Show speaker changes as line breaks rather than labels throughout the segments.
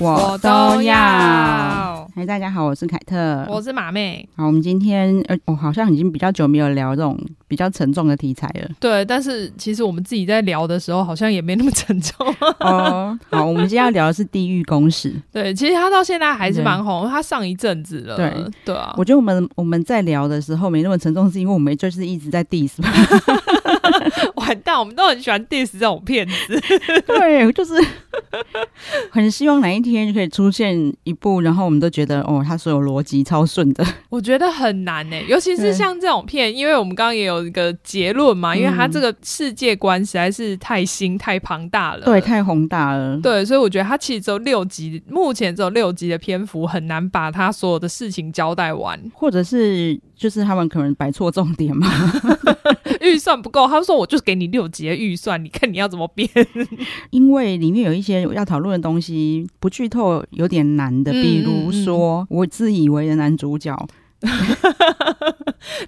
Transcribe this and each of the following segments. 我都要。。嗨，哎大家好，我是凯特。
我是马妹，。
好，我们今天呃，我、好像已经比较久没有聊这种比较沉重的题材了
对，但是其实我们自己在聊的时候，好像也没那么沉 重。
哦， 好，我们今天要聊的是地狱公使。
对，其实他到现在还是
对
蛮红，他上一阵子了。
对，
对啊
我，觉得我们我们在聊的时候没那么沉重，是因为我们就是一直在 diss 吧。
完蛋，我们都很喜欢 diss 这种骗子。
对，就是很希望哪一天可以出现一部，然后我们都觉得哦，它所有逻辑超顺的。
我觉得很难呢、尤其是
对
像这种片，因为我们刚刚也有一个结论嘛，因为他
嗯
这个世界观实在是太新、太庞大了。
对，太宏大了。
对，所以我觉得他其实只有六集，目前只有六集的篇幅，很难把他所有的事情交代完。
或者是就是他们可能摆错重点嘛，
预算不够，他说我就给你六集的预算，你看你要怎么编。
因为里面有一些要讨论的东西不剧透有点难的，
嗯哦
比如说我自以为的男主角，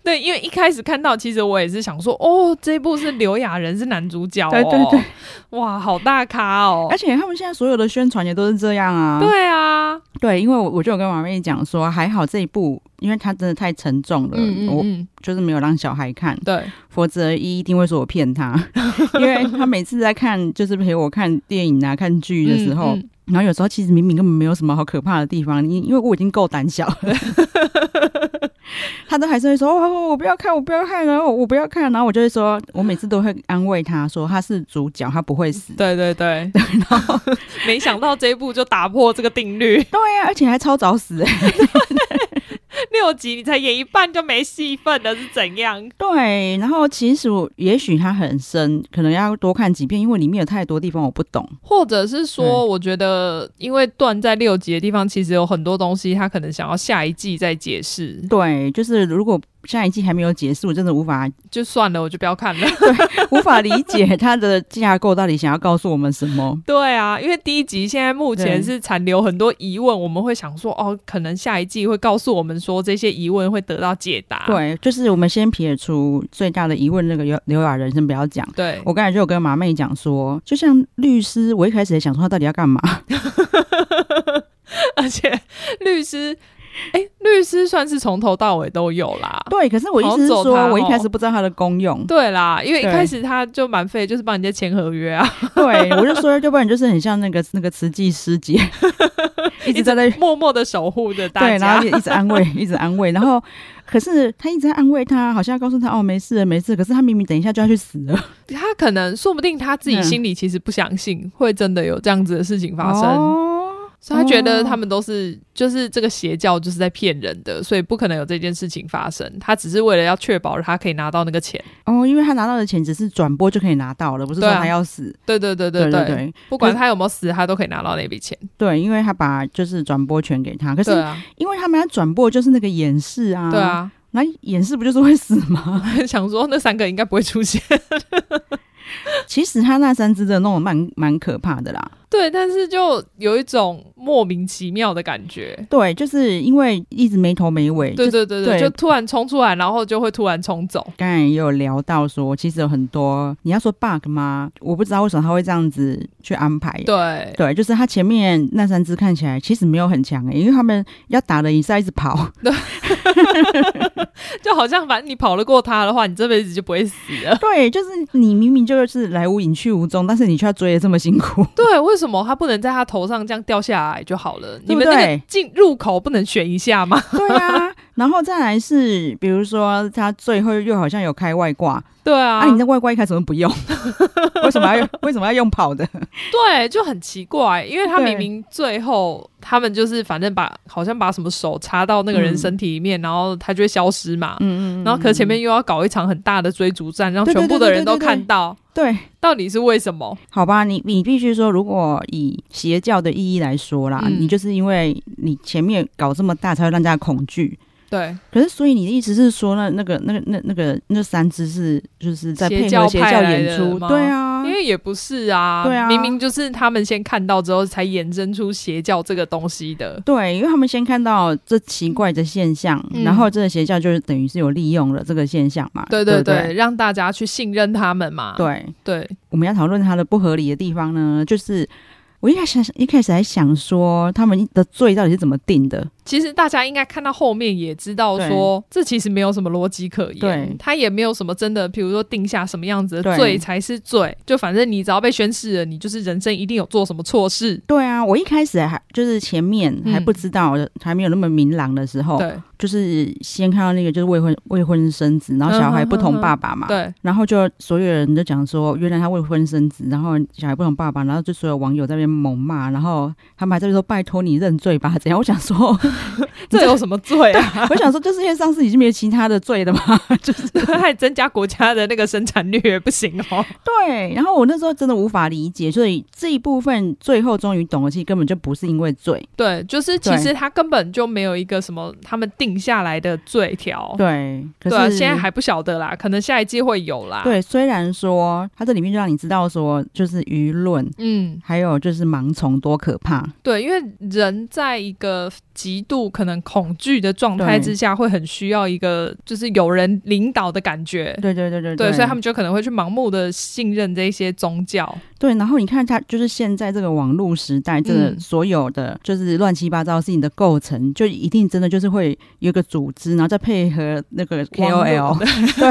对，因为一开始看到，其实我也是想说，哦，这一部是刘亚仁是男主角、哦，
对对对，
哇，好大咖哦
而，且他们现在所有的宣传也都是这样啊。
对啊，
对，因为我我就有跟马妹讲说，还好这一部，因为它真的太沉重了，
嗯嗯
我
嗯，
就是没有让小孩看，
对，
否则一一定会说我骗他， 因为他每次在看就是陪我看电影啊、看剧的时候。
嗯嗯
然后有时候其实明明根本没有什么好可怕的地方，因因为我已经够胆小了， 他都还是会说哦，我不要看，我不要看，然后我不要看，然后我就会说，我每次都会安慰他说他是主角，他不会死。
对 对对，没想到这一部就打破这个定律，
对呀、而且还超早死、欸。
六集你才演一半就没戏份了，是怎 样？
嗯对，然后其实我也许他很深，可能要多看几遍，因为里面有太多地方我不懂。
或者是说，我觉得因为断在六集的地方，其实有很多东西他可能想要下一季再解释，
对，就是如果下一季还没有结束，我真的无法
就算了，我就不要看了。
无法理解它的架构到底想要告诉我们什么。
对啊，因为第一集现在目前
对
是残留很多疑问，我们会想说，哦，可能下一季会告诉我们说这些疑问会得到解答。
对，就是我们先撇除最大的疑问，那个刘刘雅人先不要讲。
对，
我刚才就有跟马妹讲说，就像律师，我一开始也想说他到底要干嘛？
而且律师，哎，律师算是从头到尾都有啦。
对，可是我意思是
好走
说，
他
我一
哦
开始不知道他的功 用。
对啦，因为一
对
开始他就蛮废，就是帮人家签合约啊，
对，我就说，要不然就是很像那个那个慈济师 姐，一直在那
默默的守护着大
对，然
家
后。就一直安慰， 一直安慰，然后可是他一直在安慰他，好像要告诉他哦没事了没事，可是他明明等一下就要去死了。
他可能说不定他自己
嗯
心里其实不相信会真的有这样子的事情发生，
哦
所以他觉得
哦
他们都是、就是这个邪教就是在骗人的，所以不可能有这件事情发生。他只是为了要确保他可以拿到那个钱。
哦，因为他拿到的钱只是转播就可以拿到了，不是
对
说
啊
他要死。
对对对对
对对
不管他有没有死，他都可以拿到那笔钱。
对，因为他把就是转播权给他，可
对
是
啊，
因为他们要转播就是那个演示啊，
对，啊，
那演示不就是会死吗？
想说那三个应该不会出现。
其实他那三只的那种蛮蛮可怕的啦，
对，但是就有一种莫名其妙的感觉。
对，就是因为一直没头没尾，
对
就
对对对，
对
就突然冲出来，然后就会突然冲走。
刚才也有聊到说，其实有很多你要说 bug 吗？我不知道为什么他会这样子去安排。
对，
对，就是他前面那三只看起来其实没有很强欸诶、因为他们要打的比赛一直跑，
就好像反正你跑得过他的话，你这辈子就不会死了。
对，就是你明明就是来无影去无踪，但是你却要追的这么辛苦。
对，为什么他不能在他头上这样掉下来就好了？你
对不
们那
对
个进入口不能选一下 吗？
对啊，然后再来是，比如说他最后又好像有开外挂，
对啊，
啊，你那外挂一开始怎么不用？ 为什么要用？为什么要用跑的？
对就很奇怪，因为他
对
明明最后他们就是反正把好像把什么手插到那个人
嗯
身体里面，然后他就会消失嘛。
嗯
然后可是前面又要搞一场很大的追逐战，让
对对
全
对
部的
对
人
对
都
对
看到，
对，
到底是为什么？
好吧，你你必须说，如果以邪教的意义来说啦，
嗯
你就是因为你前面搞这么大，才会让大家恐惧。
对，
可是，所以你的意思是说，那那个、那个、那那个那三只是就是在配
邪教
合邪
派
教
来
演
的
出，
吗
对啊，
因为也不是啊，
对啊
明明就是他们先看到之后才衍生出邪教这个东西的。
对，因为他们先看到这奇怪的现象，
嗯
然后这个邪教就是等于是有利用了这个现象嘛。
对
对
对
不
对，
啊对
让大家去信任他们嘛。
对
对，
我们要讨论它的不合理的地方呢，就是我一开始一开始还想说他们的罪到底是怎么定的，
其实大家应该看到后面也知道说，这其实没有什么逻辑可言
对，
他也没有什么真的，比如说定下什么样子的
对
罪才是罪，就反正你只要被宣誓了，你就是人生一定有做什么错事。
对啊，我一开始还就是前面还
嗯
不知道，还没有那么明朗的时候，
对
就是先看到那个就是未婚未婚生子，然后小孩不同爸爸嘛，
对，
然后就所有人都讲说，原来他未婚生子，然后小孩不同爸爸，然后就所有网友在那边猛骂，然后他们还在说拜托你认罪吧，怎样？我想说，
这有什么罪 啊？
我想说，这世界上是已经没有其他的罪了吗？就是
还增加国家的那个生产率也不行 哦。
对。然后我那时候真的无法理解，所以这一部分最后终于懂了，其实根本就不是因为罪，
对，就是其
对
实他根本就没有一个什么他们定下来的罪条。
对。可
对啊，
是
现在还不晓得啦，可能下一季会有啦。，
对，虽然说它这里面就让你知道说，就是舆论，
嗯，
还有就是盲从多可怕。
对，因为人在一个极度可能恐惧的状态
对
之下，会很需要一个就是有人领导的感觉。
对对对对
呃对，所以他们就可能会去盲目的信任这些宗教。
对，然后你看它就是现在这个网络时代，真的
嗯
所有的就是乱七八糟事情的构成，就一定真的就是会有一个组织，然后再配合那个
网络
KOL，对。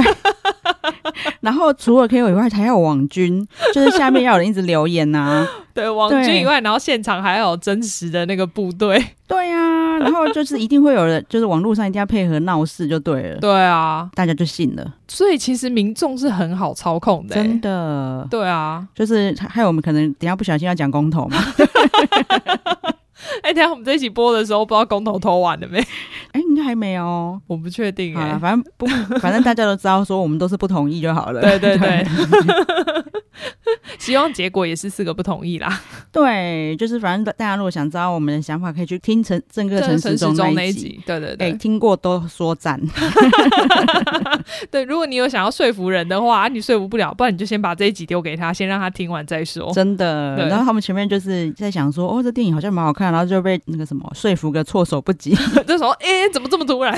然后除了 KOL 以外，还要有网军，就是下面要有人一直留言啊呐、
对，网
对
剧以外，然后现场还有真实的那个部队。
对呀、然后就是一定会有人，就是网络上一定要配合闹事就对了，
对啊，
大家就信了，
所以其实民众是很好操控的、欸。
真的。
对啊，
就是还有我们可能等一下不小心要讲公投嘛，
哎、等一下我们这一起播的时候，不知道公投投完了没？
哎、应该还没有哦。
我不确定
好
哎、
了，反正不，反正大家都知道说我们都是不同意就好了。
对对对， 希望结果也是四个不同意啦。
对，就是反正大家如果想知道我们的想法，可以去听陈郑哥陈时中
中
那
一
一集。，
对对
哎、
对、
听过都说赞。
对。如果你有想要说服人的话，啊你说服不了，不然你就先把这一集丢给他，先让他听完再说。
真的
哦对。
然后他们前面就是在想说，哦，这电影好像蛮好看，然后就被那个什么说服个措手不及。
这时候，哎、怎么这么突然？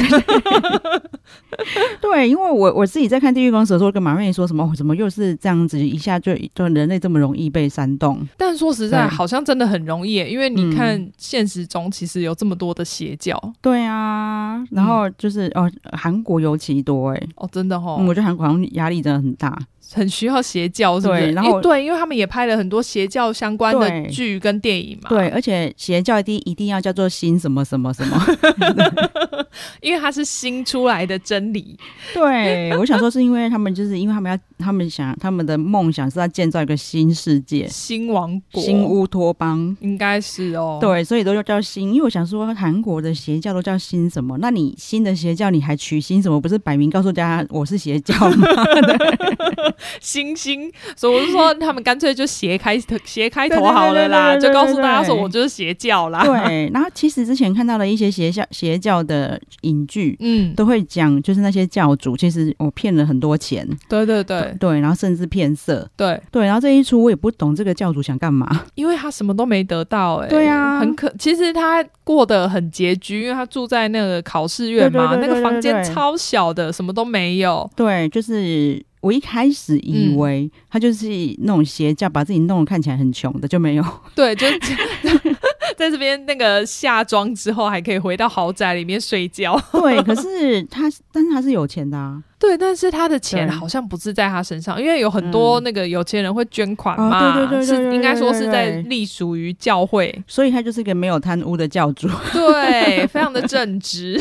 对，因为我我自己在看《地狱公使》的时候，跟马瑞说什么，哦怎么又是这样子，一下就就人类这么容易被煽动。
但说实在，
对
好像真的很容易耶，因为你看
嗯
现实中其实有这么多的邪教
对啊，
嗯
然后就是、哦，韩国尤其多哎、
哦，真的哦，
嗯我觉得韩国好像压力真的很大。
很需要邪教，是不是？
对然后
诶对，因为他们也拍了很多邪教相关的
对
剧跟电影嘛。
对，，而且邪教一定一定要叫做新什么什么 什么。
因为它是新出来的真理，
对，我想说是因为他们就是因为他们要他们想他们的梦想是要建造一个新世界、
新王国，
新乌托邦。
应该是哦。
对，所以都叫新，因为我想说韩国的邪教都叫新什么？那你新的邪教你还取新什么？不是摆明告诉大家我是邪教吗？
星星，所以我是说，他们干脆就斜开头斜开头好了啦，
对对对对
就
对对
告诉大家说我就是邪教啦。
对。然后其实之前看到了一些邪教邪教的影剧，
嗯，
都会讲就是那些教主其实我骗了很多钱，
对对对
对，然后甚至骗色，
对，
对。然后这一出我也不懂这个教主想干嘛。
因为他什么都没得到、哎，
对啊
很可。其实他过得很拮据，因为他住在那个考试院嘛，
对对对对
那个房间
对对对
超小的，什么都没有。
对，就是我一开始
嗯
以为他就是那种邪教，把自己弄得看起来很穷的，就没 有。
对，就在这边那个下妆之后，还可以回到豪宅里面睡觉。
对，可是他，但是他是有钱的啊。
对，但是他的钱
对嗯
好像不是在他身上，因为有很多那个有钱人会捐款
哦
嘛，
对对对对对
是
对
应该说是
对
在
对，
隶属于教会
所以他就是一个没有贪污的教主，
对，非常的正直。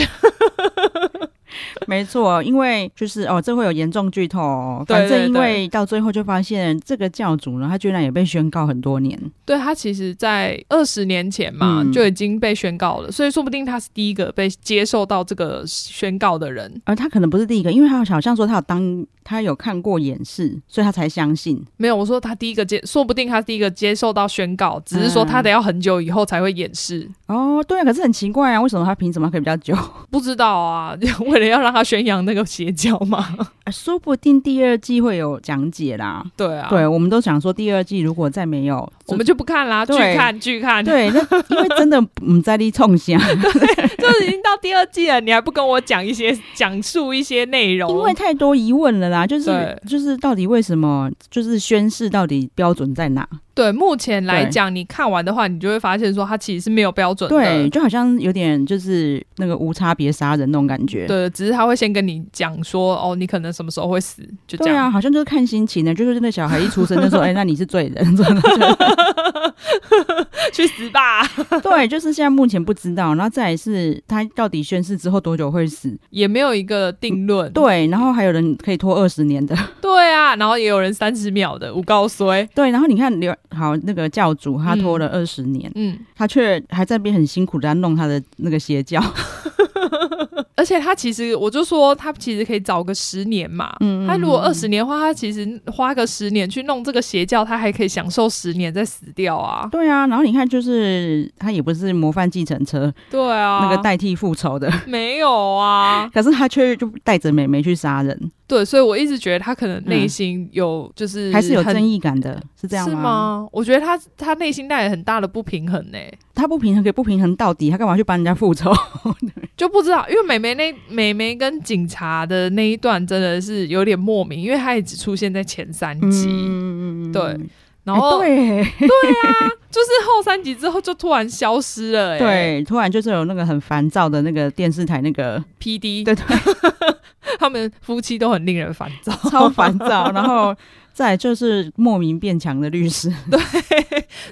没错。因为就是哦，这会有严重剧透、哦。
对
反正因
对对
为到最后就发现这个教主呢，他居然也被宣告很多年。
对他其实，在二十年前嘛、
嗯
就已经被宣告了，所以说不定他是第一个被接受到这个宣告的人。
而他可能不是第一个，因为他好像说他有当他有看过演示，所以他才相信。
没有，我说他第一个接，说不定他第一个接受到宣告，只
嗯
是说他得要很久以后才会演示。
哦，对啊，可是很奇怪啊，为什么他凭什么可以比较久？
不知道啊， 为了要让他宣扬那个邪教 嘛。
啊说不定第二季会有讲解啦。
对啊，
对，我们都想说第二季如果再没有，
我们就不看啦，剧
对
看剧看。
就对，那因为真的嗯在力冲下，
这已经到第二季了，你还不跟我讲一些讲述一些内容？
因为太多疑问了啦，就是
对
就是到底为什么就是宣誓到底标准在哪？
对，目前来
对
讲，你看完的话，你就会发现说它其实是没有标准的。
对，就好像有点就是那个无差别杀人那种感觉。
对，只是他会先跟你讲说，哦，你可能什么时候会死，就这
对
样。
啊，好像就是看心情的，就是那小孩一出生就说：“哎、那你是罪人。真的
去死吧！”
对，就是现在目前不知道，然后再来是他到底宣誓之后多久会死？
也没有一个定论。
对，然后还有人可以拖二十年的。
对啊，然后也有人三十秒的无告衰。
对，然后你看刘好那个教主，他拖了二十年，
嗯，
他却还在那边很辛苦的在弄他的那个邪 教。
而且他其实，我就说他其实可以早个十年嘛。嗯，他如果二十年的话，他其实花个十年去弄这个邪教，他还可以享受十年再死掉啊。
对啊，然后你看，就是他也不是模范计程车、
对啊，
那个代替复仇的，
没有啊。
可是他却就带着美眉去杀人，
对，所以我一直觉得他可能内心有就是
嗯还是有
嗯很
正义感的，是这样
是
吗？
吗？我觉得他他内心带来很大的不平衡呢、欸
他不平衡可以不平衡到底，他干嘛去帮人家复仇？
就不知道，因为美眉那美眉跟警察的那一段真的是有点莫名，因为她也只出现在前三 集，
嗯，
对
哎
然后、哎
对
就是后三集之后就突然消失了、欸，
对，突然就是有那个很烦躁的那个电视台那 个，
，P D，
对对，
他们夫妻都很令人烦躁，
超烦躁，然后再来就是莫名变强的律师，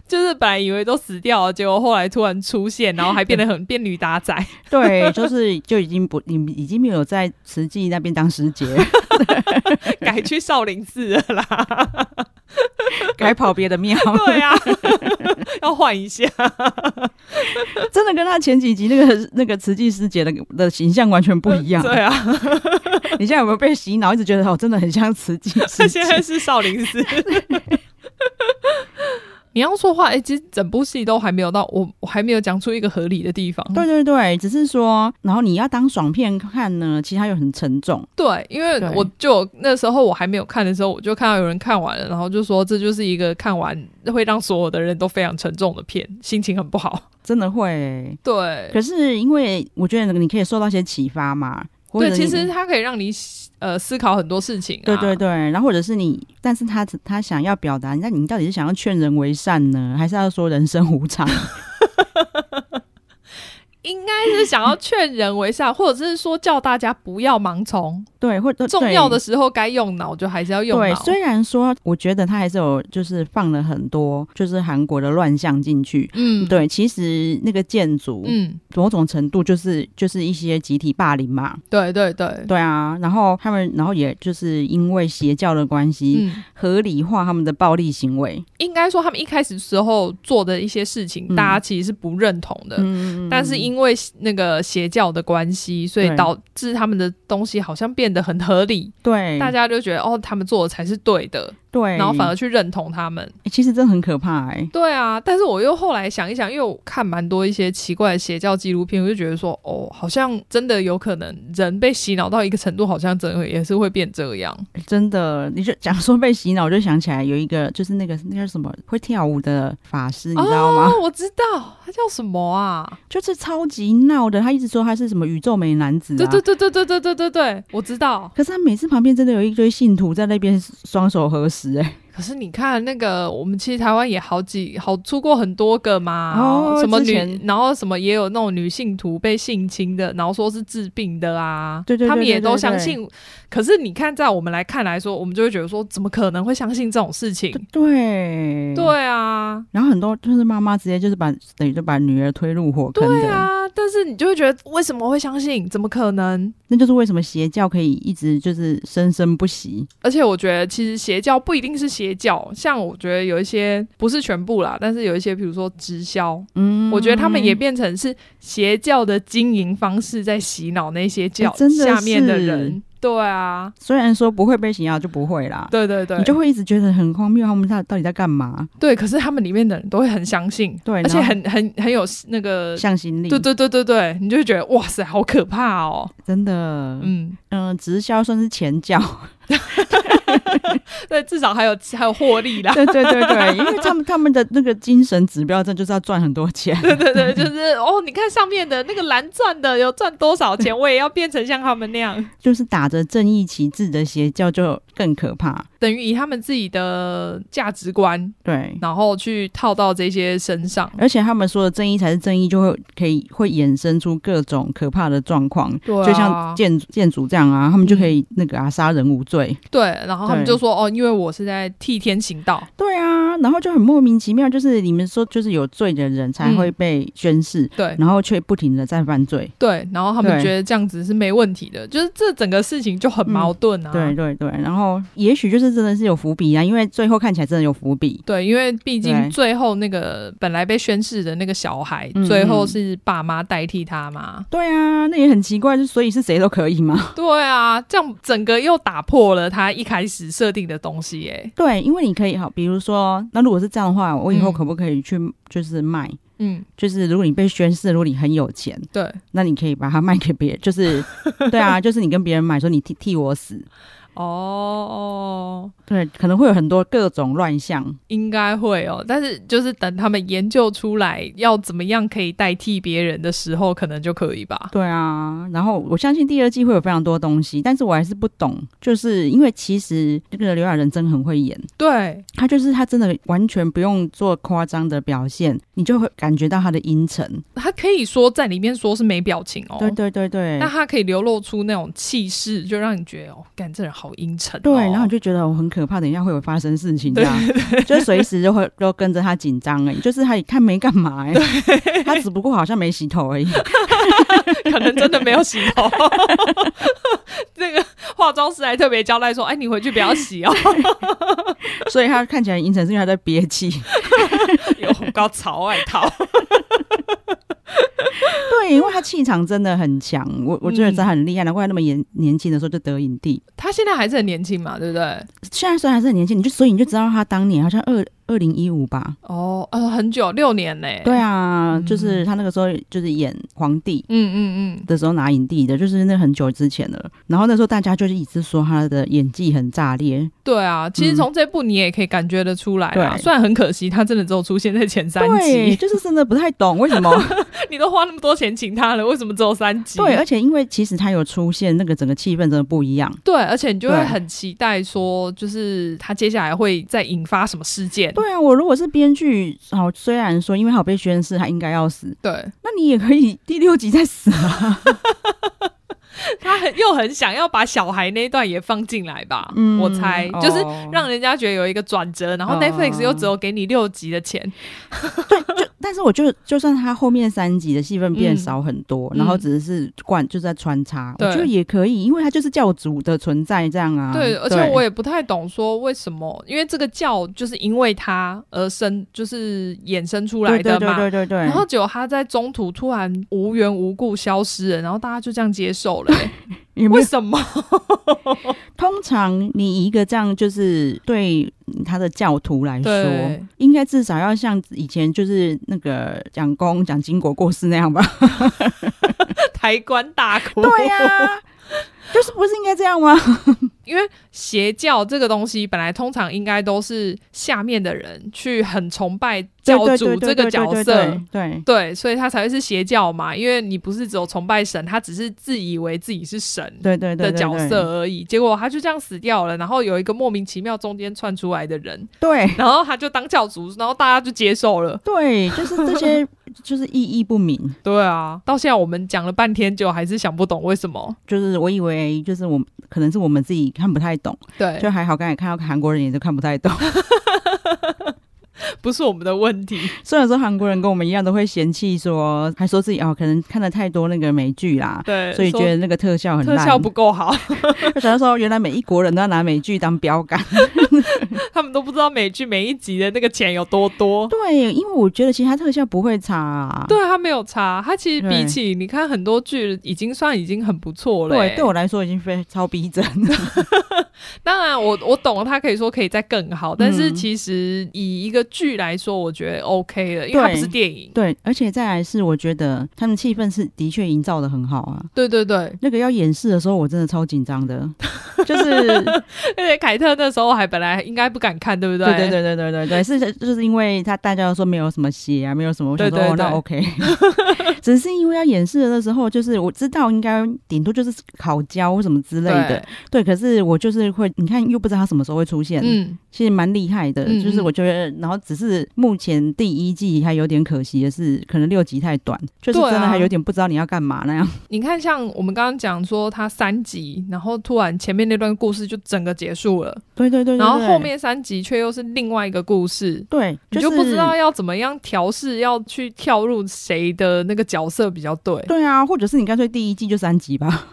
就是本来以为都死掉了，结果后来突然出现，然后还变得很变女打仔，
对，就是就已经不，你已经没有在慈济那边当师姐，
改去少林寺了啦，
改跑别的 庙，
对啊，要换一下，
真的跟他前几集那个那个慈济师姐的的形象完全不一样。
对啊，
你现在有没有被洗脑？一直觉得哦，真的很像慈济师姐
他现。在是少林寺。 你要说话，哎、其实整部戏都还没有到我，我还没有讲出一个合理的地方。
对对对，只是说，然后你要当爽片看呢，其实它又很沉重。
对，因为
对
我就那时候我还没有看的时候，我就看到有人看完了，然后就说这就是一个看完会让所有的人都非常沉重的片，心情很不好。
真的会。
对，
可是因为我觉得你可以受到一些启发嘛，或者
对，
你
其实它可以让你呃思考很多事情、啊。
对对对，然后或者是你，但是他他想要表达，那你到底是想要劝人为善呢，还是要说人生无常？
应该是想要劝人为善，或者是说叫大家不要盲从，
对，或者
重要的时候该用脑就还是要
对
用
对，
脑。
虽然说我觉得他还是有就是放了很多就是韩国的乱象进去。
嗯，，
对，其实那个建筑，
嗯，
某种程度就是就是一些集体霸凌嘛，
对对对，
对啊，然后他们，然后也就是因为邪教的关系，
嗯，
合理化他们的暴力行为。
应该说他们一开始时候做的一些事情，
嗯
大家其实是不认同的。
嗯，
呃但是因为那个邪教的关系，所以
对
导致他们的东西好像变得很合理，
对
大家就觉得哦，他们做的才是对的，
对，
然后反而
欸、
去认同他们。
其实真的很可怕哎、
对啊，但是我又后来想一想，因为我看蛮多一些奇怪的邪教纪录片，我就觉得说，哦，好像真的有可能人被洗脑到一个程度，好像真的也是会变这样。
真的，你就讲说被洗脑，我就想起来有一个就是那个那个什么会跳舞的法师，你知道吗？
哦，我知道，他叫什么啊？
就是超级闹的，他一直说他是什么宇宙美男子、啊，
对对对对对对对对对，我知道。
可是他每次旁边真的有一堆信徒在那边双手合十、欸，哎、
可是你看那个，我们其实台湾也好几好出过很多个嘛，
哦
什么
之
女
前，
然后什么也有那种女性徒被性侵的，然后说是治病的啊，
对对对
他们也都
对对
相信。可是你看，在我们来看来说，我们就会觉得说，怎么可能会相信这种事情？
对，
对啊，
然后很多就是妈妈直接就是把等于就把女儿推入火坑的，
对啊，但是你就会觉得为什么会相信？怎么可能？
那就是为什么邪教可以一直就是生生不息。
而且我觉得，其实邪教不一定是邪教，像我觉得有一些不是全部啦，但是有一些，比如说直销，
嗯
我觉得他们也变成是邪教的经营方式，在洗脑那些教、
哎真的
下面的
是
人。对啊，
虽然说不会被洗脑就不会啦，
对对对
你，就会一直觉得很荒谬，他们到到底在干嘛？
对。可是他们里面的人都会很相信，
对
而且
然后
很很很有那个，
向心力，
对对对对对，你就会觉得哇塞，好可怕哦。
真的，嗯
嗯，
直销算是前教，
对，至少还有还有获利 啦。
对对对对，因为他们他们的那个精神指标，这就是要赚很多钱。
对对对，就是哦，你看上面的那个蓝钻的有赚多少钱，我也要变成像他们 那样，
就是打着正义旗帜的邪教就更可怕。
等于以他们自己的价值观，
对，
然后去套到这些身上。
而且他们说的正义才是正义，就会可以会衍生出各种可怕的状况，
对啊
就像建建筑这样啊，他们就可以那个啊杀人无罪。
对，然后他们
对
就说哦，因为我是在替天行道。
对啊，然后就很莫名其妙，就是你们说就是有罪的人才会被宣誓，
对
然后却不停的在犯罪。
对，然后他们
嗯对嗯
觉得这样子是没问题的，就是这整个事情就很矛盾啊。
对对对，然后也许就是真的是有伏笔啊，因为最后看起来真的有伏笔。
对，因为毕竟
对
最后那个本来被宣誓的那个小孩，
嗯
最后是爸妈代替他嘛。
对啊，那也很奇怪，就所以是谁都可以 吗？
对啊，这样整个又打破了他一开始设定的东西、耶。
对，因为你可以好，比如说，那如果是这样的话，我以后
嗯
可不可以去就是卖？
嗯，
就是如果你被宣誓，如果你很有钱，
对，
那你可以把它卖给别人，就是对啊，就是你跟别人买说你替替我死，
哦哦，
对，可能会有很多各种乱象。
应该会哦。但是就是等他们研究出来要怎么样可以代替别人的时候，可能就可以吧。
对啊，然后我相信第二季会有非常多东西，但是我还是不懂，就是因为其实这个刘亚仁真的很会演，
对，
他就是他真的完全不用做夸张的表现，你就会感觉到他的阴沉。
他可以说在里面说是没表情哦。
对对对对
那。他可以流露出那种气势，就让你觉得哦，干这人好阴沉、哦。
对，然后你就觉得我很可怕，等一下会有发生事情这样，就随时就会都跟着他紧张 哎，就是他他没干嘛哎、他只不过好像没洗头而 已，
可能真的没有洗头。 那个化妆师还特别交代说：“哎，你回去不要洗 哦，
所以他看起来很阴沉是因为他在憋气。
有高潮外套。
对，因为他气场真的很强，我我
嗯
觉得他很厉害，难怪他那么年年轻的时候就得影帝。”
他现在还是很年轻嘛，对不对？
现在虽然还是很年轻，你就所以你就知道他当年好像二二零一五吧。
哦，呃，很久，六年呢。
对，啊，就是他那个时候就是演皇帝
嗯嗯嗯，
的时候拿影帝的，就是那很久之前了。然后那时候大家就是一直说他的演技很炸裂，
对啊。其实从这部你也可以感觉得出来啦。
对
虽然很可惜，他真的只有出现在前三
对，
集，
就是真的不太懂为什么。
你都花那么多钱请他了，为什么只有三集？
对，而啊且因为其实他有出现，那个整个气氛真的不一样。
对，而且你就会
对
很期待说，就是他接下来会再引发什么事件。
对啊，我如果是编剧，好，虽然说因为他有被宣誓，他应该要死，
对，
那你也可以第六集再 死啊。
他很又很想要把小孩那一段也放进来吧，我猜
哦
就是让人家觉得有一个转折，然后
哦
Netflix 又只有给你六集的钱，
但是我就就算他后面三集的戏份变少很多，
嗯
然后只是贯就是在穿插，
对
我觉得也可以，因为他就是教主的存在这样啊。
对，而且我也不太懂说为什么，因为这个教就是因为他而生，就是衍生出来
对对
的
对
嘛。
对对对，
然后结果他在中途突然无缘无故消失了，然后大家就这样接受 了、欸
有没
为
有？
什么？
通常你一个这样就是对他的教徒来
对
说，应该至少要像以前就是那个蒋公蒋经国过世那样吧？
抬棺大哭。
对呀、就是不是应该这样吗？
因为邪教这个东西本来通常应该都是下面的人去很崇拜 教主这个角
对对对对对
色
对，对
对，所以他才会是邪教嘛。因为你不是只有崇拜神，他只是自以为自己是神
对对对
的
对
角色而已。结果他就这样死掉了，然后有一个莫名其妙中间窜出来的人，
对。
然后他就当教主，然后大家就接受了。
对，就是这些， 就是意义不明。
对啊，到现在我们讲了半天，就还是想不懂为什么。
就是我以为就是我们可能是我们自己看不太懂，
对，
就还好，刚才看到韩国人也都看不太懂。
不是我们的问题。
虽然说韩国人跟我们一样都会嫌弃说，还说自己哦可能看了太多那个美剧啦。
对，
所以觉
说
得那个特效很
特
烂，
效不够好。
就想到说原来每一国人都要拿美剧当标杆。
他们都不知道美剧每一集的那个钱有多多。
对，因为我觉得其实他特效不会差、啊。
对他没有差，他其实比
对
起你看很多剧，已经算已经很不错了、欸
对，对
我
我来说已经非超逼真。
当然我我懂了，他可以说可以再更好，但是
嗯
其实以一个剧来说，我觉得 OK 了，因为它不是电影。
对，而且再来是我觉得他们气氛是的确营造的很好啊。
对对对，
那个要演示的时候，我真的超紧张的。就是
而且凯特那时候还本来应该不敢看，对不对？
对对对对对对对，是就是因为他大家都说没有什么血啊，没有什么，我想说
对对
哦那
对
OK，只是因为要演示的时候，就是我知道应该顶多就是烤焦或什么之类的，对。可是我就是会，你看又不知道他什么时候会出现，
对，嗯，
其实蛮厉害的。
嗯
就是我觉得，然后只是目前第一季还有点可惜的是，可能六集太短，就是
对啊
真的还有点不知道你要干嘛那样。
你看，像我们刚刚讲说他三集，然后突然前面那段故事就整个结束了，
对对对对对，
然后后面三集却又是另外一个故事。
对，
你
是、
就不知道要怎么样调试，要去跳入谁的那个角色比较对
对啊，或者是你干脆第一季就三集吧。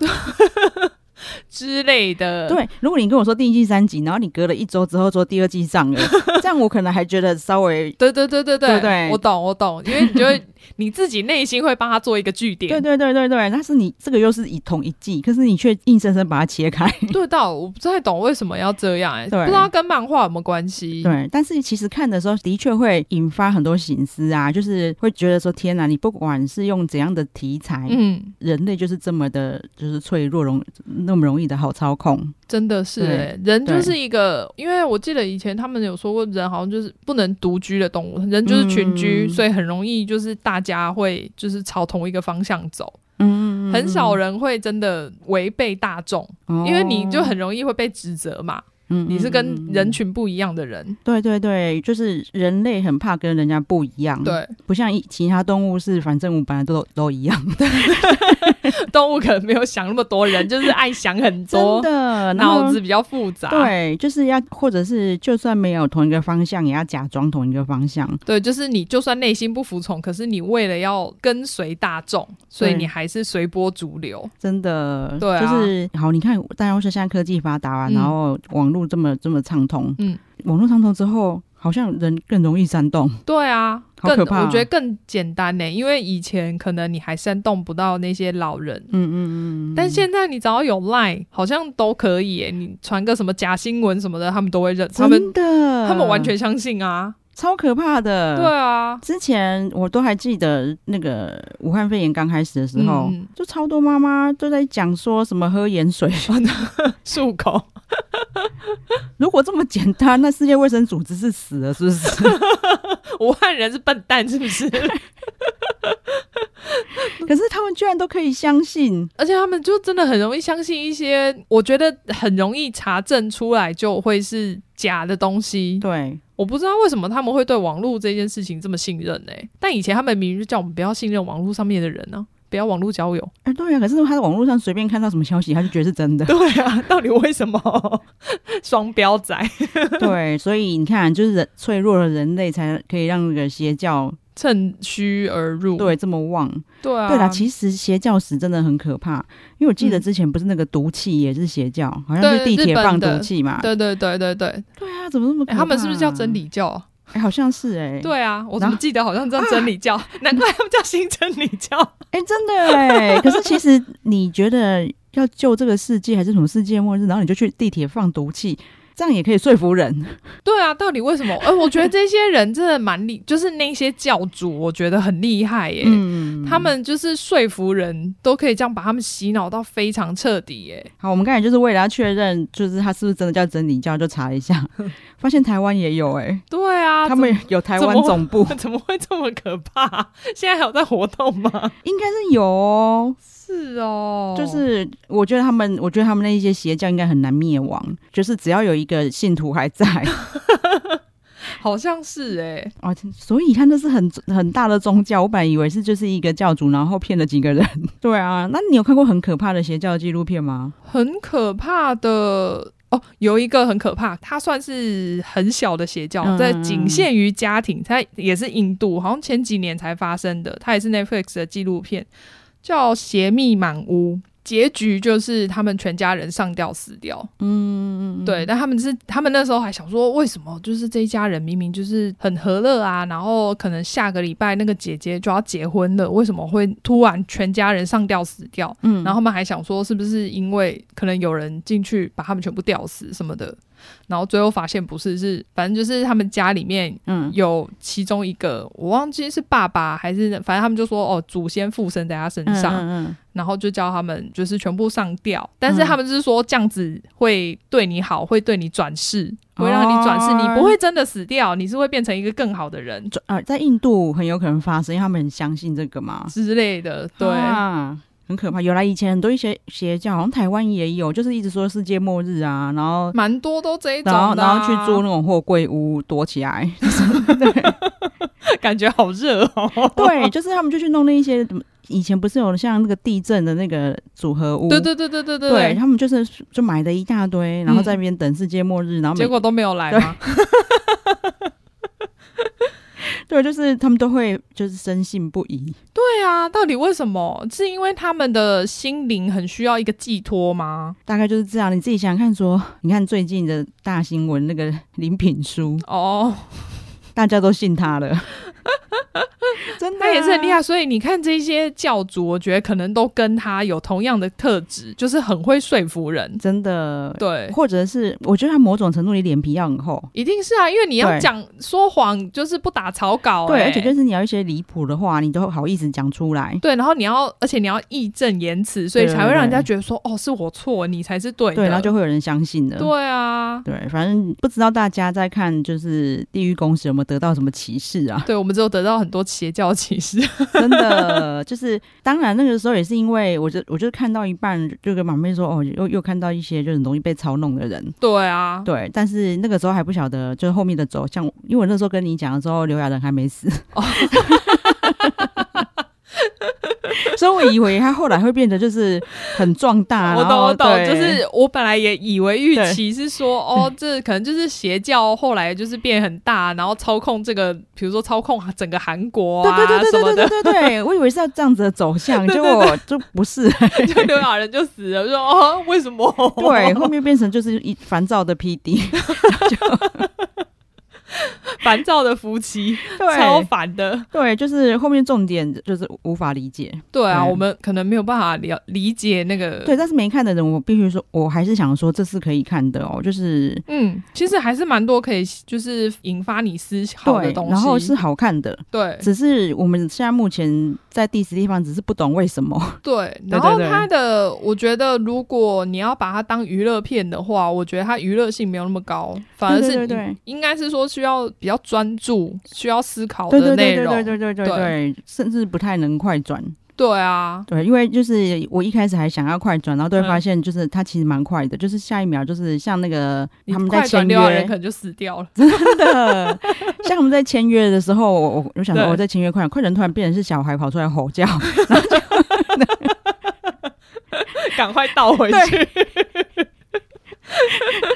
之类的。，
对，如果你跟我说第一季三集，然后你隔了一周之后说第二季上 了，这样我可能还觉得稍微。
对对对对对，
对不对
我懂我懂，因为你就会 你自己内心会帮他做一个据点，
对对对对对，但是你这个又是以同一季，可是你却硬生生把它切开。
对到我不太懂为什么要这样、欸，
对
不知道跟漫画有没有关系。
对，但是其实看的时候的确会引发很多醒思啊，就是会觉得说天哪，你不管是用怎样的题材，
嗯，
人类就是这么的，就是脆弱容那么容易的好操控。
真的是、
对
欸，人
对
就是一个，因为我记得以前他们有说过，人好像就是不能独居的动物，人就是群居，
嗯
所以很容易就是大家会就是朝同一个方向走，
嗯，
很少人会真的违背大众，
哦，
因为你就很容易会被指责嘛，
嗯
你是跟
嗯嗯
人群不一样的人，
对对对，就是人类很怕跟人家不一样。。
对，
不像一其他动物是，反正我本来都都一样，
动物可能没有想那么多，人就是爱想很多
真，的
脑子。比较复杂，
然后对，就是要，或者是就算没有同一个方向，也要假装同一个方向。
对，就是你就算内心不服从，可是你为了要跟随大众，所以
对
你还是随波逐流。
真的，
对啊
就是好。你看，大家说现在科技发达啊，
嗯
然后网络这么这么畅通，
嗯，
网络畅通之后，好像人更容易煽动。
对啊，
好
更
可怕啊
我觉得更简单呢、因为以前可能你还煽动不到那些老人。
嗯嗯嗯，
但现在你只要有 Line，好像都可以、欸。你传个什么假新闻什么的，他们都会认，他们
真的，
他们完全相信啊。
超可怕的。
对，啊，
之前我都还记得那个武汉肺炎刚开始的时候，
嗯
就超多妈妈都在讲说什么喝盐水。
哦漱口。
如果这么简单，那世界卫生组织是死了，是不是？
武汉人是笨蛋是 不是？
可是他们居然都可以相信，
而且他们就真的很容易相信一些，我觉得很容易查证出来就会是假的东西。
对
我不知道为什么他们会对网络这件事情这么信任呢、但以前他们明明就叫我们不要信任网络上面的人呢、不要网络交友。
啊，对啊。可是他在网络上随便看到什么消息，他就觉得是真的。
对啊，到底为什么 双标仔
对，所以你看，啊就是人脆弱的人类才可以让那个邪教
趁虚而入？
对这么旺。
嗯对啊，
对啦，其实邪教史真的很可怕，因为我记得
嗯
之前不是那个毒气也是邪教，好像
对
是地
日
铁
本
放
的
毒气嘛。
对对对对对，
对啊，怎么那么可
哎
怕？
他们是不是叫真？理教啊？
哎，好像是哎。
对啊，我怎
然
么
后
记得好像叫真理教？ 难怪他们叫新真理教。
哎，真的 哎。可是其实你觉得要救这个世界还是什么世界末日，然后你就去地铁放毒气，这样也可以说服人。
对啊，到底为什么？呃，我觉得这些人真的蛮厉，就是那些教主，我觉得很厉害耶。
嗯，
他们就是说服人都可以这样把他们洗脑到非常彻底耶。
好，我们刚才就是为了要确认，就是他是不是真的叫真理教，就查了一 下，发现台湾也有哎、
对啊，
他们有台湾总部，
怎么 怎么会这么可怕？现在还有在活动吗？
应该是有哦。
是哦，
就是我觉得他们，我觉得他们那一些邪教应该很难灭亡，就是只要有一个信徒还在
好像是哎。
哦，所以他那是很很大的宗教。我本来以为是就是一个教主，然后骗了几个人。 对啊，那你有看过很可怕的邪教纪录片吗？
很可怕的哦，有一个很可怕，它算是很小的邪教，
嗯
在仅限于家庭，它也是印度，好像前几年才发生的，它也是 Netflix 的纪录片，叫《邪密满屋》。结局就是他们全家人上吊死掉，
嗯，
对，但他们是他们那时候还想说，为什么就是这一家人明明就是很和乐啊，然后可能下个礼拜那个姐姐就要结婚了，为什么会突然全家人上吊死掉？
嗯
然后他们还想说，是不是因为可能有人进去把他们全部吊死什么的？然后最后发现不是，是反正就是他们家里面
嗯，
有其中一个，我忘记是爸爸还是，反正他们就说哦，祖先附身在他身上，
嗯嗯
然后就叫他们就是全部上吊，但是他们是说这样子会对你好，会对你转世，会让你转世，
哦
你不会真的死掉，你是会变成一个更好的人
转呃，在印度很有可能发生，因为他们很相信这个嘛。
之类的。对，
啊很可怕。有来以前很多一些邪教，好像台湾也有，就是一直说世界末日啊，然后
蛮多都这一种的
然
啊、
后然后去租那种货柜屋躲起来。
感觉好热 哦。
对，就是他们就去弄那一些，以前不是有像那个地震的那个组合屋，
对对对对对对
对
对，
他们就是就买了一大堆，然后在那边等世界末日，啊然后每
嗯结果都没有来吗？
对，就是他们都会就是深信不疑。
对啊，到底为什么？是因为他们的心灵很需要一个寄托吗？
大概就是这样，你自己想想看说你看最近的大新闻，那个林品书，
哦，
大家都信他了， 真的、啊
他也是很厉。害，所以你看这些教主，我觉得可能都跟他有同样的特质，就是很会说服人。
真的，
对，
或者是我觉得他某种程度你脸皮要很厚，
一定是啊，因为你要
对
讲说谎，就是不打草稿、
对，
哎
而且就是你要一些离谱的话，你都好意思讲出来。
对，然后你要，而且你要义正言辞，所以
对
才会让人家
对
觉得说，哦，是我错，你才是对的。
对，然后就会有人相信了。
对啊，
对，反正不知道大家在看就是《地狱公使》有没有得到什么启示啊？
对我们只有得到很多邪教启示。
真的，就是当然那个时候也是因为我就我就看到一半，就跟马妹说哦，又又看到一些就是很容易被操弄的人。
对啊，
对，但是那个时候还不晓得，就是后面的走向。因为我那时候跟你讲的时候，刘亚仁还没死，
哦
所以我以为他后来会变得就是很壮大。
我
啊然
懂，
后
我懂，
对
就是我本来也以为预
对
期 是说，哦，这可能就是邪教，后来就是变很大，然后操控这个，比如说操控整个韩国啊
对对对
什么
对对
的，
对对对，我以为是要这样子的走向，结果就不 是。
就刘亚仁就死了，我说哦，为什么？
对，后面变成就是一烦躁的 PD，
烦躁的夫妻，超
对
烦的。
对，就是后面重点就是无法理解。
对啊，
对
我们可能没有办法了理解那个。
对，，但是没看的人，我必须说，我还是想说这是可以看的哦，就是
嗯，其实还是蛮多可以，就是引发你思考的
对
东，西。
然后是好看的，
对
只是我们现在目前在第十地方，只是不懂为什么。
对，
对
然后
对对
它的，我觉得如果你要把它当娱乐片的话，我觉得它娱乐性没有那么高，反而
对
是
对
你
对
应该是说需要比较专注、需要思考
对对
的
对
内
对
容。
对对对对对，甚至不太能快转。
对啊，
对，因为就是我一开始还想要快转，然后都会
嗯
发现就是它其实蛮快的，就是下一秒就是像那个
你
他们在
快转
签
六号人
约
可，能就死掉了。
真的， 像我们在签约的时候，我我我想说
对
我在签约快点，快点，突然变成是小孩跑出来吼叫，
赶快倒回去。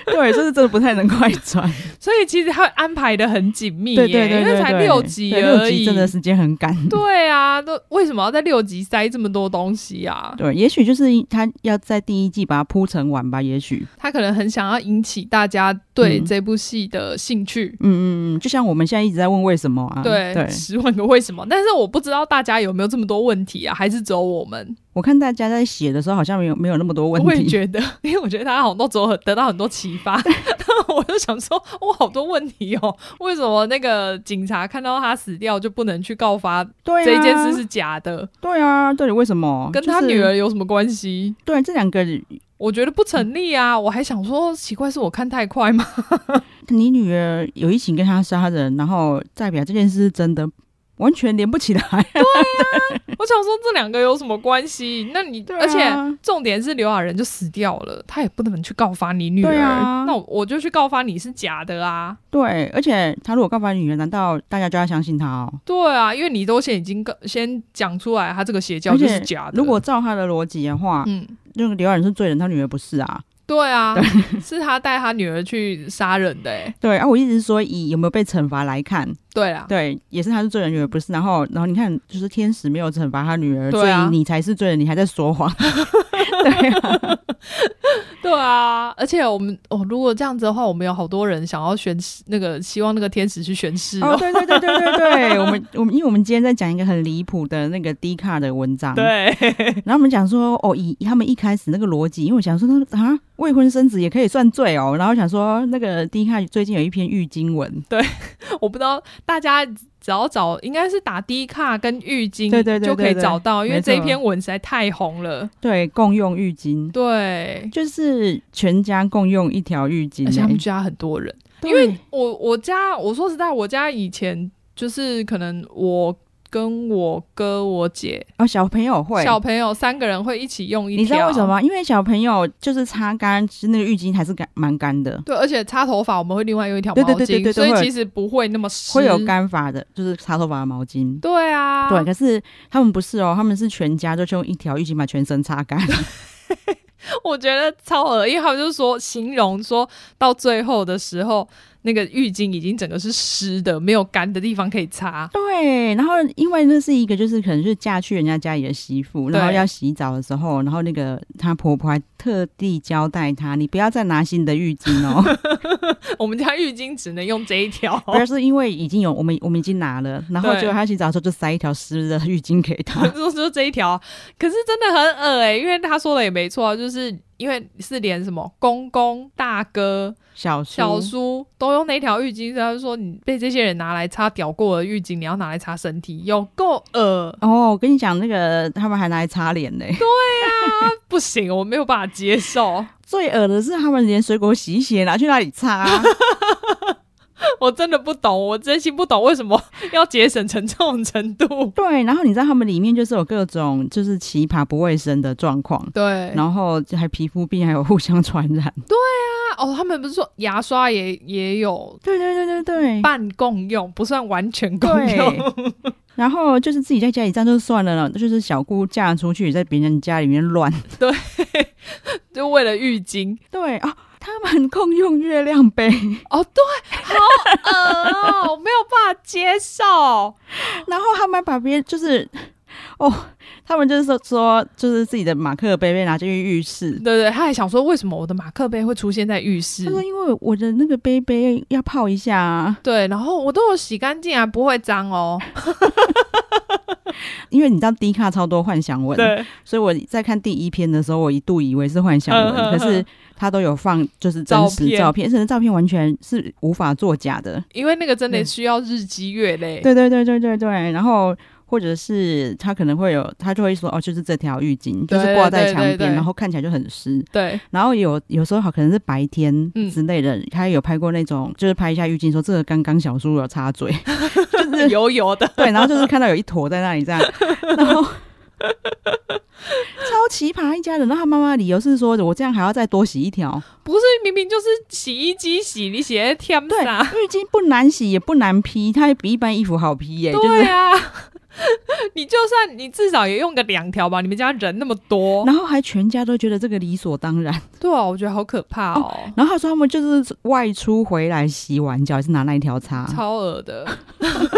对，就是真的不太能快转，
所以其实它安排的很紧密耶，
对对对
因为
对
才
对，
六集
对六
而
集
已。
真的时间很赶。
对啊，都为什么要在六集塞这么多东西啊？
对，也许就是他要在第一季把它铺成完吧，也许，
他可能很想要引起大家对
嗯
这部戏的兴趣。
嗯嗯嗯，就像我们现在一直在问为什么啊，
对，
对，
十万个为什么。但是我不知道大家有没有这么多问题啊，还是只有我们？
我看大家在写的时候好像没有没有那么多问
我也
题，
觉得， 因为我觉得大家好像都只有很得到很多启发。 然后我就想说，我好多问题哦，为什么那个警察看到他死掉就不能去告发
对、啊，
这一件事是假的，
对啊，到底为什么？
跟他
就是
女儿有什么关系？
对这两个，
我觉得不成立啊！我还想说，奇怪，是我看太快吗？
你女儿有一起跟他杀人，然后代表这件事是真的，完全连不起 来。
我想说这两个有什么关系？那你、
对啊
而且重点是刘亚仁就死掉了，他也不能去告发你女儿，
对啊
那我我就去告发你是假的啊。
对，而且他如果告发女儿，难道大家就要相信他哦？
对啊，因为你都先已经告先讲出来，他这个邪教就是假的。
如果照他的逻辑的话，
嗯，
那个刘亚仁是罪人，他女儿不是啊？
对啊，是他带他女儿去杀人的、欸。
对啊，我一直说以有没有被惩罚来看，
对啊啦，
对，也是他是罪人，女儿不是。然后，然后你看，就是天使没有惩罚他女儿，
对啊
所 以你才是罪人，你还在说谎。对啊，
对啊，而且我们哦，如果这样子的话，我们有好多人想要宣誓，那个希望那个天使去宣誓
哦，对对对对对对，我们 我们因为我们今天在讲一个很离谱的那个 D 卡的文章，
对，
然后我们讲说，哦，以他们一开始那个逻辑，因为我想说，啊，未婚生子也可以算罪哦。然后想说，那个第一看最近有一篇玉经文，
我不知道大家只要找，应该是打 D 卡跟浴巾，
对对对
就可
对
以
对
找到，因为
没错
这一篇文实在太红了。
对，共用浴巾，
对，
就是全家共用一条浴巾
而且他们
欸，
家很多人，
因
因为我我家我说实在，我家以前就是可能我跟我哥、我姐、
哦小朋友会。
小朋友三个人会一起用一条，
你知道为什么？吗？因为小朋友就是擦干，其实那个浴巾还是干蛮干的，
对，而且擦头发我们会另外用一条毛
对
巾，
对对对对对
所以
会有
其实不会那么湿，
会有。干发的，就是擦头发的毛巾。
对啊，
对，可是他们不是哦，他们是全家就用一条浴巾把全身 擦干。
我觉得超恶心。他们就说形容说到最后的时候，那个浴巾已经整个是湿的，没有干的地方可以擦。
对，然后因为那是一个，就是可能是嫁去人家家里的媳妇，然后
对
要洗澡的时候，然后那个她婆婆还特地交代她，你不要再拿新的浴巾哦，
我们家浴巾只能用这一条。
不要是因为已经有我们我们已经拿了，然后
对
结果她洗澡的时候就塞一条湿的浴巾给 她。
就就这一条，啊可是真的很恶哎、因为他说的也没错啊，就是因为是连什么公公、大哥、
小叔
小叔都用那条浴巾，他就说你被这些人拿来擦屌过的浴巾，你要拿来擦身体，有够恶，
哦，我跟你讲，那个他们还拿来擦脸呢。
不行，我没有办法接受，
最恶的是，他们连水果洗一洗拿去那里擦、啊
我真的不懂，我真心不懂为什么要节省成这种程度。
对，然后你知道他们里面就是有各种就是奇葩不卫生的状况，
对，
然后还皮肤病，还有互相传染。
那哦，他们不是说牙刷也也有
对对对对对。
半共用，不算完全共用。
对，然后就是自己在家里这样就算了了，就是小姑嫁出去，在别人家里面乱。
就为了浴巾
对啊、他们共用月亮 杯，
哦，对，好恶嗯哦，我没有办法接受。
然后他们还把别人就是，哦，他们就是说说就是自己的马克杯被拿进去浴室
对。对，他还想说为什么我的马克杯会出现在浴室
他？说：“因为我的那个杯杯要泡一下、啊，
对，然后我都有洗干净啊，不会脏哦。
因为你知道低卡超多幻想文，，所以我在看第一篇的时候，我一度以为是幻想文，
嗯嗯嗯
可是他都有放就是真实
照片
照片，而且那照片完全是无法作假的。
因为那个真的
对
需要日积月累。
对对对对对对，然后或者是他可能会有，他就会说哦，就是这条浴巾，就
对
是挂在墙
对对
边，
对
然后看起来就很湿。
对
然后有有时候好可能是白天
嗯
之类的，他有拍过那种，就是拍一下浴巾说这个刚刚小叔有插嘴，
对，油油 的。
对，然后就是看到有一坨在那里这 样，然后 超奇葩一家人。然后他妈妈的理由是说我这样还要再多洗一条
不是，明明就是洗衣机洗，你洗在天
对
上。
浴巾，不难洗也不难披，它比一般衣服好披耶、就是
对啊， 你就算你至少也用个两条吧，你们家人那么多。
然后还全家都觉得这个理所当然。
对啊，我觉得好可怕哦，
然后他说他们就是外出回来洗完脚，还是拿那一条擦。
超恶的。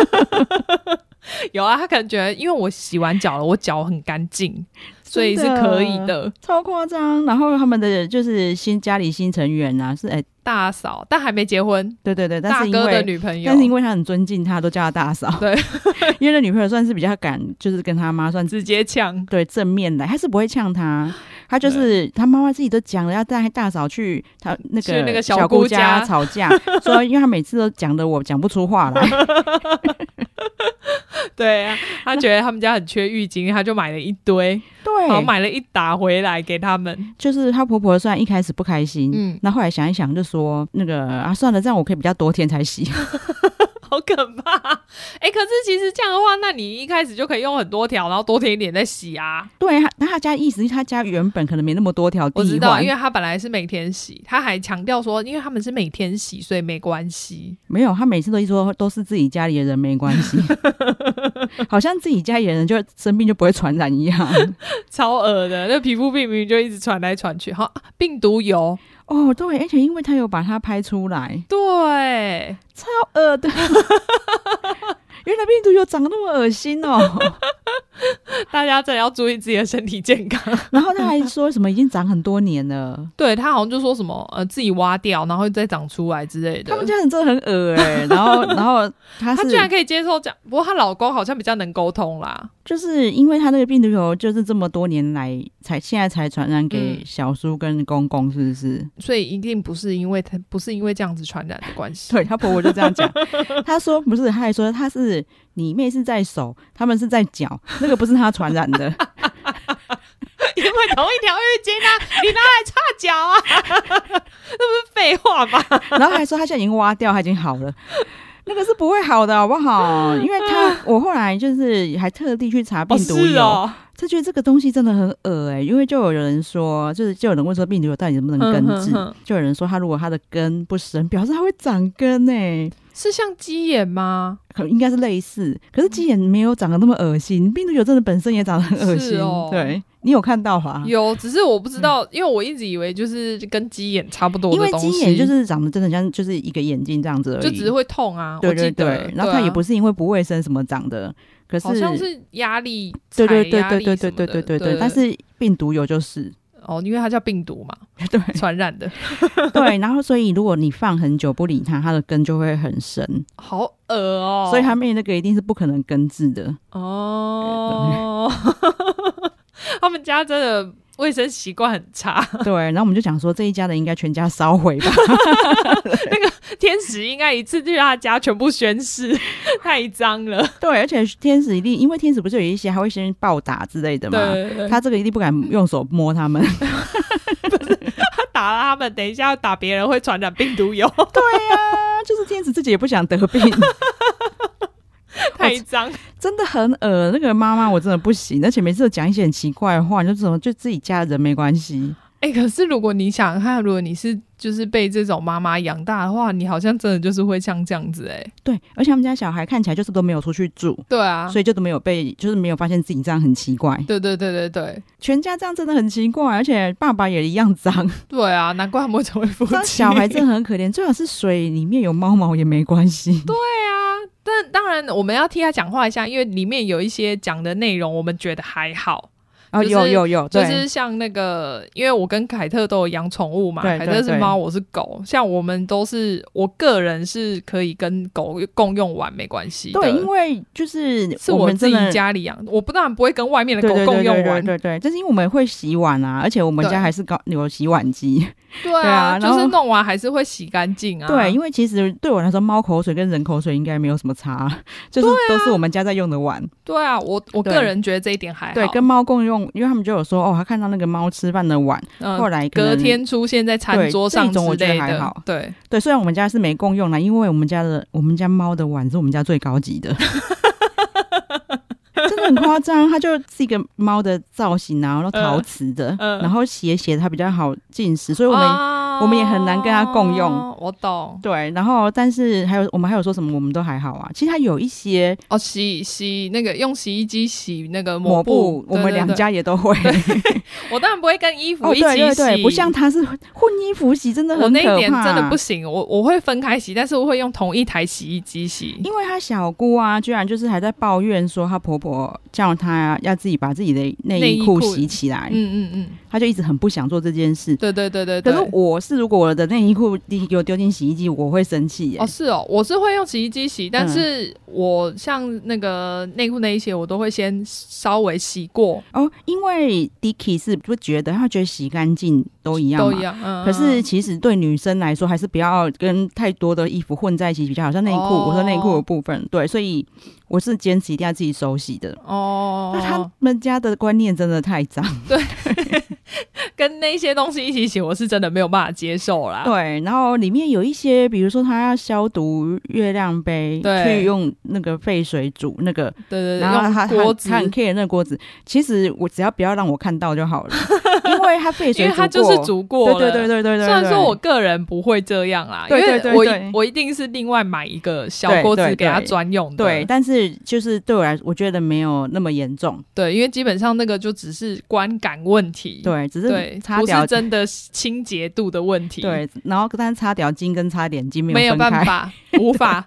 有啊，他可能觉得，因为我洗完脚了，我脚很干净，所以是可以的。
超夸张，然后他们的就是新家里新成员啊，是哎、
大嫂，但还没结婚，
对对对，但
大
是因
哥的
为
女朋友
但是因为他很尊敬他，都叫他大嫂。
对，
因为那女朋友算是比较敢，就是跟他妈算是
直接呛，
对正面来，他是不会呛他，他就是他妈妈自己都讲了，要带大嫂去他那
去
个
那个小
小
姑
家
家
吵架，说因为他每次都讲的我讲不出话 来。
对啊，他觉得他们家很缺浴巾，他就买了一堆，
对，
然后买了一打回来给他们。
就是她婆婆虽然一开始不开心，
嗯
嗯，那后来想一想就说那个啊算了，这样我可以比较多天才洗。
好可怕！ 哎、可是其实这样的话，那你一开始就可以用很多条，然后多添一点再洗啊。
对，她那她家意思是她家原本可能没那么多条
我知
地
道，
换
因，为他本来是每天洗，他还强调说，因为他们是每天洗，所以没关系。
没有，她每次都一说都是自己家里的人没关 系，好像自己家里的人就生病就不会传染一样。
超恶的，那皮肤病明明就一直传来传去，哈，啊病毒油，
哦，对，而且因为她有把它拍出来，
对，
好 恶的。原来病毒有长得那么恶心哦！
大家真的要注意自己的身体健康。
然后他还说什么已经长很多年了，
对他好像就说什么呃自己挖掉，然后再长出来之类的。
他们家人真的很恶哎、然 后，然后他
她
是
居然可以接受讲，不过她老公好像比较能沟通啦。
就是因为他那个病毒球就是这么多年来才现在才传染给
嗯
小叔跟公公，是不是？
所以一定不是因为他不是因为这样子传染的关系。
对他婆婆就这样讲，她说不是，她还说她是你妹是在手，他们是在脚，那个不是她传染的。
因为同一条浴巾啊，你拿来擦脚啊， 那不是废话吗？
然后还说她现在已经挖掉，她已经好了。那个是不会好的，好不好？因为 她我后来就是还特地去查病毒
是
有，
哦，
就觉得这个东西真的很恶哎、因为就有人说，就是就有人问说病毒有到底能不能根治，
嗯哼哼哼
就有人说他如果他的根不生，表示它会长根哎、
是像鸡眼吗？
可应该是类似，可是鸡眼没有长得那么恶心，病毒有真的本身也长得很恶心。
是哦
对你有看到吧？
有，只是我不知道，因为我一直以为就是跟鸡眼差不多
嗯因为
的东西，
鸡眼就是长得真的像就是一个眼睛这样子而已，
就只是会痛啊。
对对对
我记得，
然后它也不
是、
是因为不卫生什么长的，可是
好像是压力，
对对
踩
对
压
对
力
对对
什么
对
的
对对对，但是病毒有就是。
哦，因为它叫病毒嘛，
对
传染的，
对，然后所以如果你放很久不理它，它的根就会很深，
好恶哦、
所以他妹那个一定是不可能根治 的。
哦， 他们家真的卫生习惯很差，
对，然后我们就想说这一家的应该全家烧毁吧，
天使应该一次就让他家全部宣誓， 太脏了。
对，而且天使一定，因为天使不是有一些还会先暴打之类的嘛，
对，他
他这个一定不敢用手摸 他们。啊
他打了他们，等一下打别人会传染 病毒哟，
对呀、就是天使自己也不想得病，
太脏。
真的很恶。那个妈妈我真的不行，而且每次都讲一些很奇怪的话，你就怎么就自己家人没关系。
哎、可是如果你想看，如果你是就是被这种妈妈养大的话，你好像真的就是会像这样子哎、
对，而且他们家小孩看起来就是都没有出去住，
对啊，
所以就都没有被，就是没有发现自己这样很奇怪。
对对对对对
全家这样真的很奇怪，而且爸爸也一样脏。
对啊，难怪他们会成为夫
这样
妻。
小孩真的很可怜，最好是水里面有猫毛也没关系。对，
对啊， 但当然我们要替他讲话一下，因为里面有一些讲的内容，我们觉得还好。
哦，
就是
有有有，
就
对，
是像那个，因为我跟凯特都有养宠物嘛，
对
凯特
对
是
对
猫，我是狗。像我们都是，我个人是可以跟狗共用玩，没关系的。
对，因为就是
是
我
我
们真
自己
的。
家里养，我不当然不会跟外面的
对
狗
对对
共
对
用
对
玩。
对对，就是因为我们会洗碗啊，而且我们
对
家还是搞有洗碗机。
对
对啊
啊，
然
就
后
是弄完还是会洗干净啊。
对，因
为
为其实对我来说，猫口水跟人口水应该没有什么差，就是
啊
都是我们家在用的碗。
对啊，我我
对
个人觉得这一点还哎好。
对，跟猫共用，因为他们就有说哦，他看到那个猫吃饭的碗，
嗯
后来可
隔
能
天出现在餐
对
桌
这
上之
种我觉得
类
还
的
好。
对，
对，虽然我们家是没共用啦，因为我们家的我们家猫的碗是我们家最高级 的，真的很夸张。它就是一个猫的造型啊，然后陶瓷的，
嗯
然后斜斜的它比较好进食，所以我们、
啊
我们也很难跟它共用。
我懂
对，然后但是还有我们还有说什么，我们都还好啊。其实它有一些
哦，洗洗那个用洗衣机洗那个
抹
布，
我们两
对对
家也都会。
对我当然不会跟衣服
哦，
一起洗，
对对对，不像它是混衣服洗，真的
我
很可
那
怕。
一点真的不行，我我会分开洗，但是我会用同一台洗衣机洗。
因为她小姑啊，居然就是还在抱怨说，她婆婆叫她要自己把自己的内
内
衣
衣
裤
裤
洗起来，
嗯嗯嗯，
她就一直很不想做这件事。
对对对对
可
对。
是我是，如果我的内衣裤丢给我丢进洗衣机，我会生气耶、
哦，是哦，我是会用洗衣机洗，
嗯
但是我像那个内裤那一些，我都会先稍微洗过，
哦，因为 Dicky 是不觉得，她觉得洗干净都一样嘛
都一。样。嗯，
可是
嗯
其实对女生来说，还是不要跟太多的衣服混在一起比较好，像内裤，
哦
我说内裤的部分，对，所以我是坚持一定要自己手洗的。那、他
哦，
们家的观念真的太脏。
跟那些东西一起洗，我是真的没有办法接受啦。
对，然后里面有一些，比如说他要消毒月亮杯，
对
去用那个沸水煮那个，
对对对，
然后他
用
他
锅子
他很 care 那个锅子。其实我只要不要让我看到就好了，因为他被
因
水
为
煮
他就是煮过
过，对
了。
对对对对对。
虽然说我个人不会这样啦，
对对对
因为我
对
我一定是另外买一个小
对
锅子
对
给他
对
专用的。
对，但是就是对我来说，我觉得没有那么严重，
对因为基本上那个就只是观感问题，
对，只是
对，
擦
不
掉
是真的清洁度的问题，，
对，然后但是擦屌筋跟擦点筋
没有
有
办
分开，
法，无法。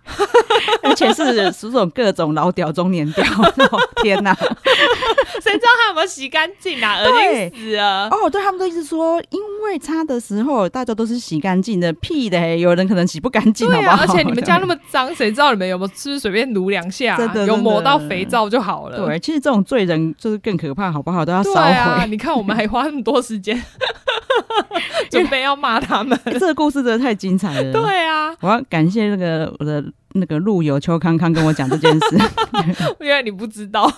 而且是是种各种老屌、中年屌， 哦天哪！
谁知道他有没有洗干净 啊？
对
恶心死啊了！
哦，对他们都一直说，因为擦的时候大家都是洗干净的，屁的欸，有人可能洗不干净，好
对
不
啊，
好？
而且你们家那么脏，谁知道你们有没有是不是随便撸两下啊、
真的
有
真
抹
的
到肥皂就好 了。
对，其实这种罪人就是更可怕，好不好？都要
对
烧
啊，
毁。
你看我们还花那么多时 间准备要骂他们。
欸这个故事真的太精彩了。，
对啊，
我要感谢那个我的那个路友邱康康跟我讲这件 事。
原来你不知道，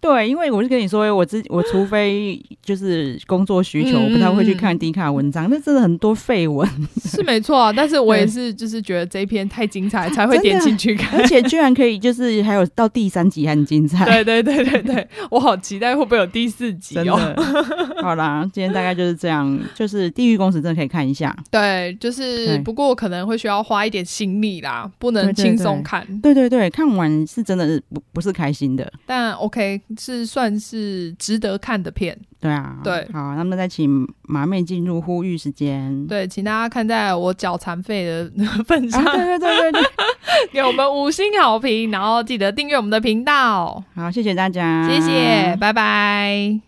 对，因为我就跟你说，我自我除非就是工作需求，
嗯
我不太会去看低卡文章，那真的很多绯 闻，
是没错啊。但是我
我
也
也
是，就是觉得这一篇太精彩，才
会
会
点
点进
进
去看。
而且居然可以就是还有到第三集还很精彩。
对对对对对，我好期待会不会有第四 集
真
哦。
的， 好啦，今天大概就是这样，就是《地狱公使》真的可以看一下。
对，就是
对
不过可能会需要花一点心力啦，不能
对对
轻松
对
看。
对对对，看完是真的不不是开心的。
但 OK 是算是值得看的片。
对啊，
对
好，那么再请马妹进入呼吁时间。
对，请大家看在我脚残废的 份
啊，
上，
对对对对对，
给我们五星好评，然后记得订阅我们的频道，
好，谢谢大家，
谢谢，拜拜。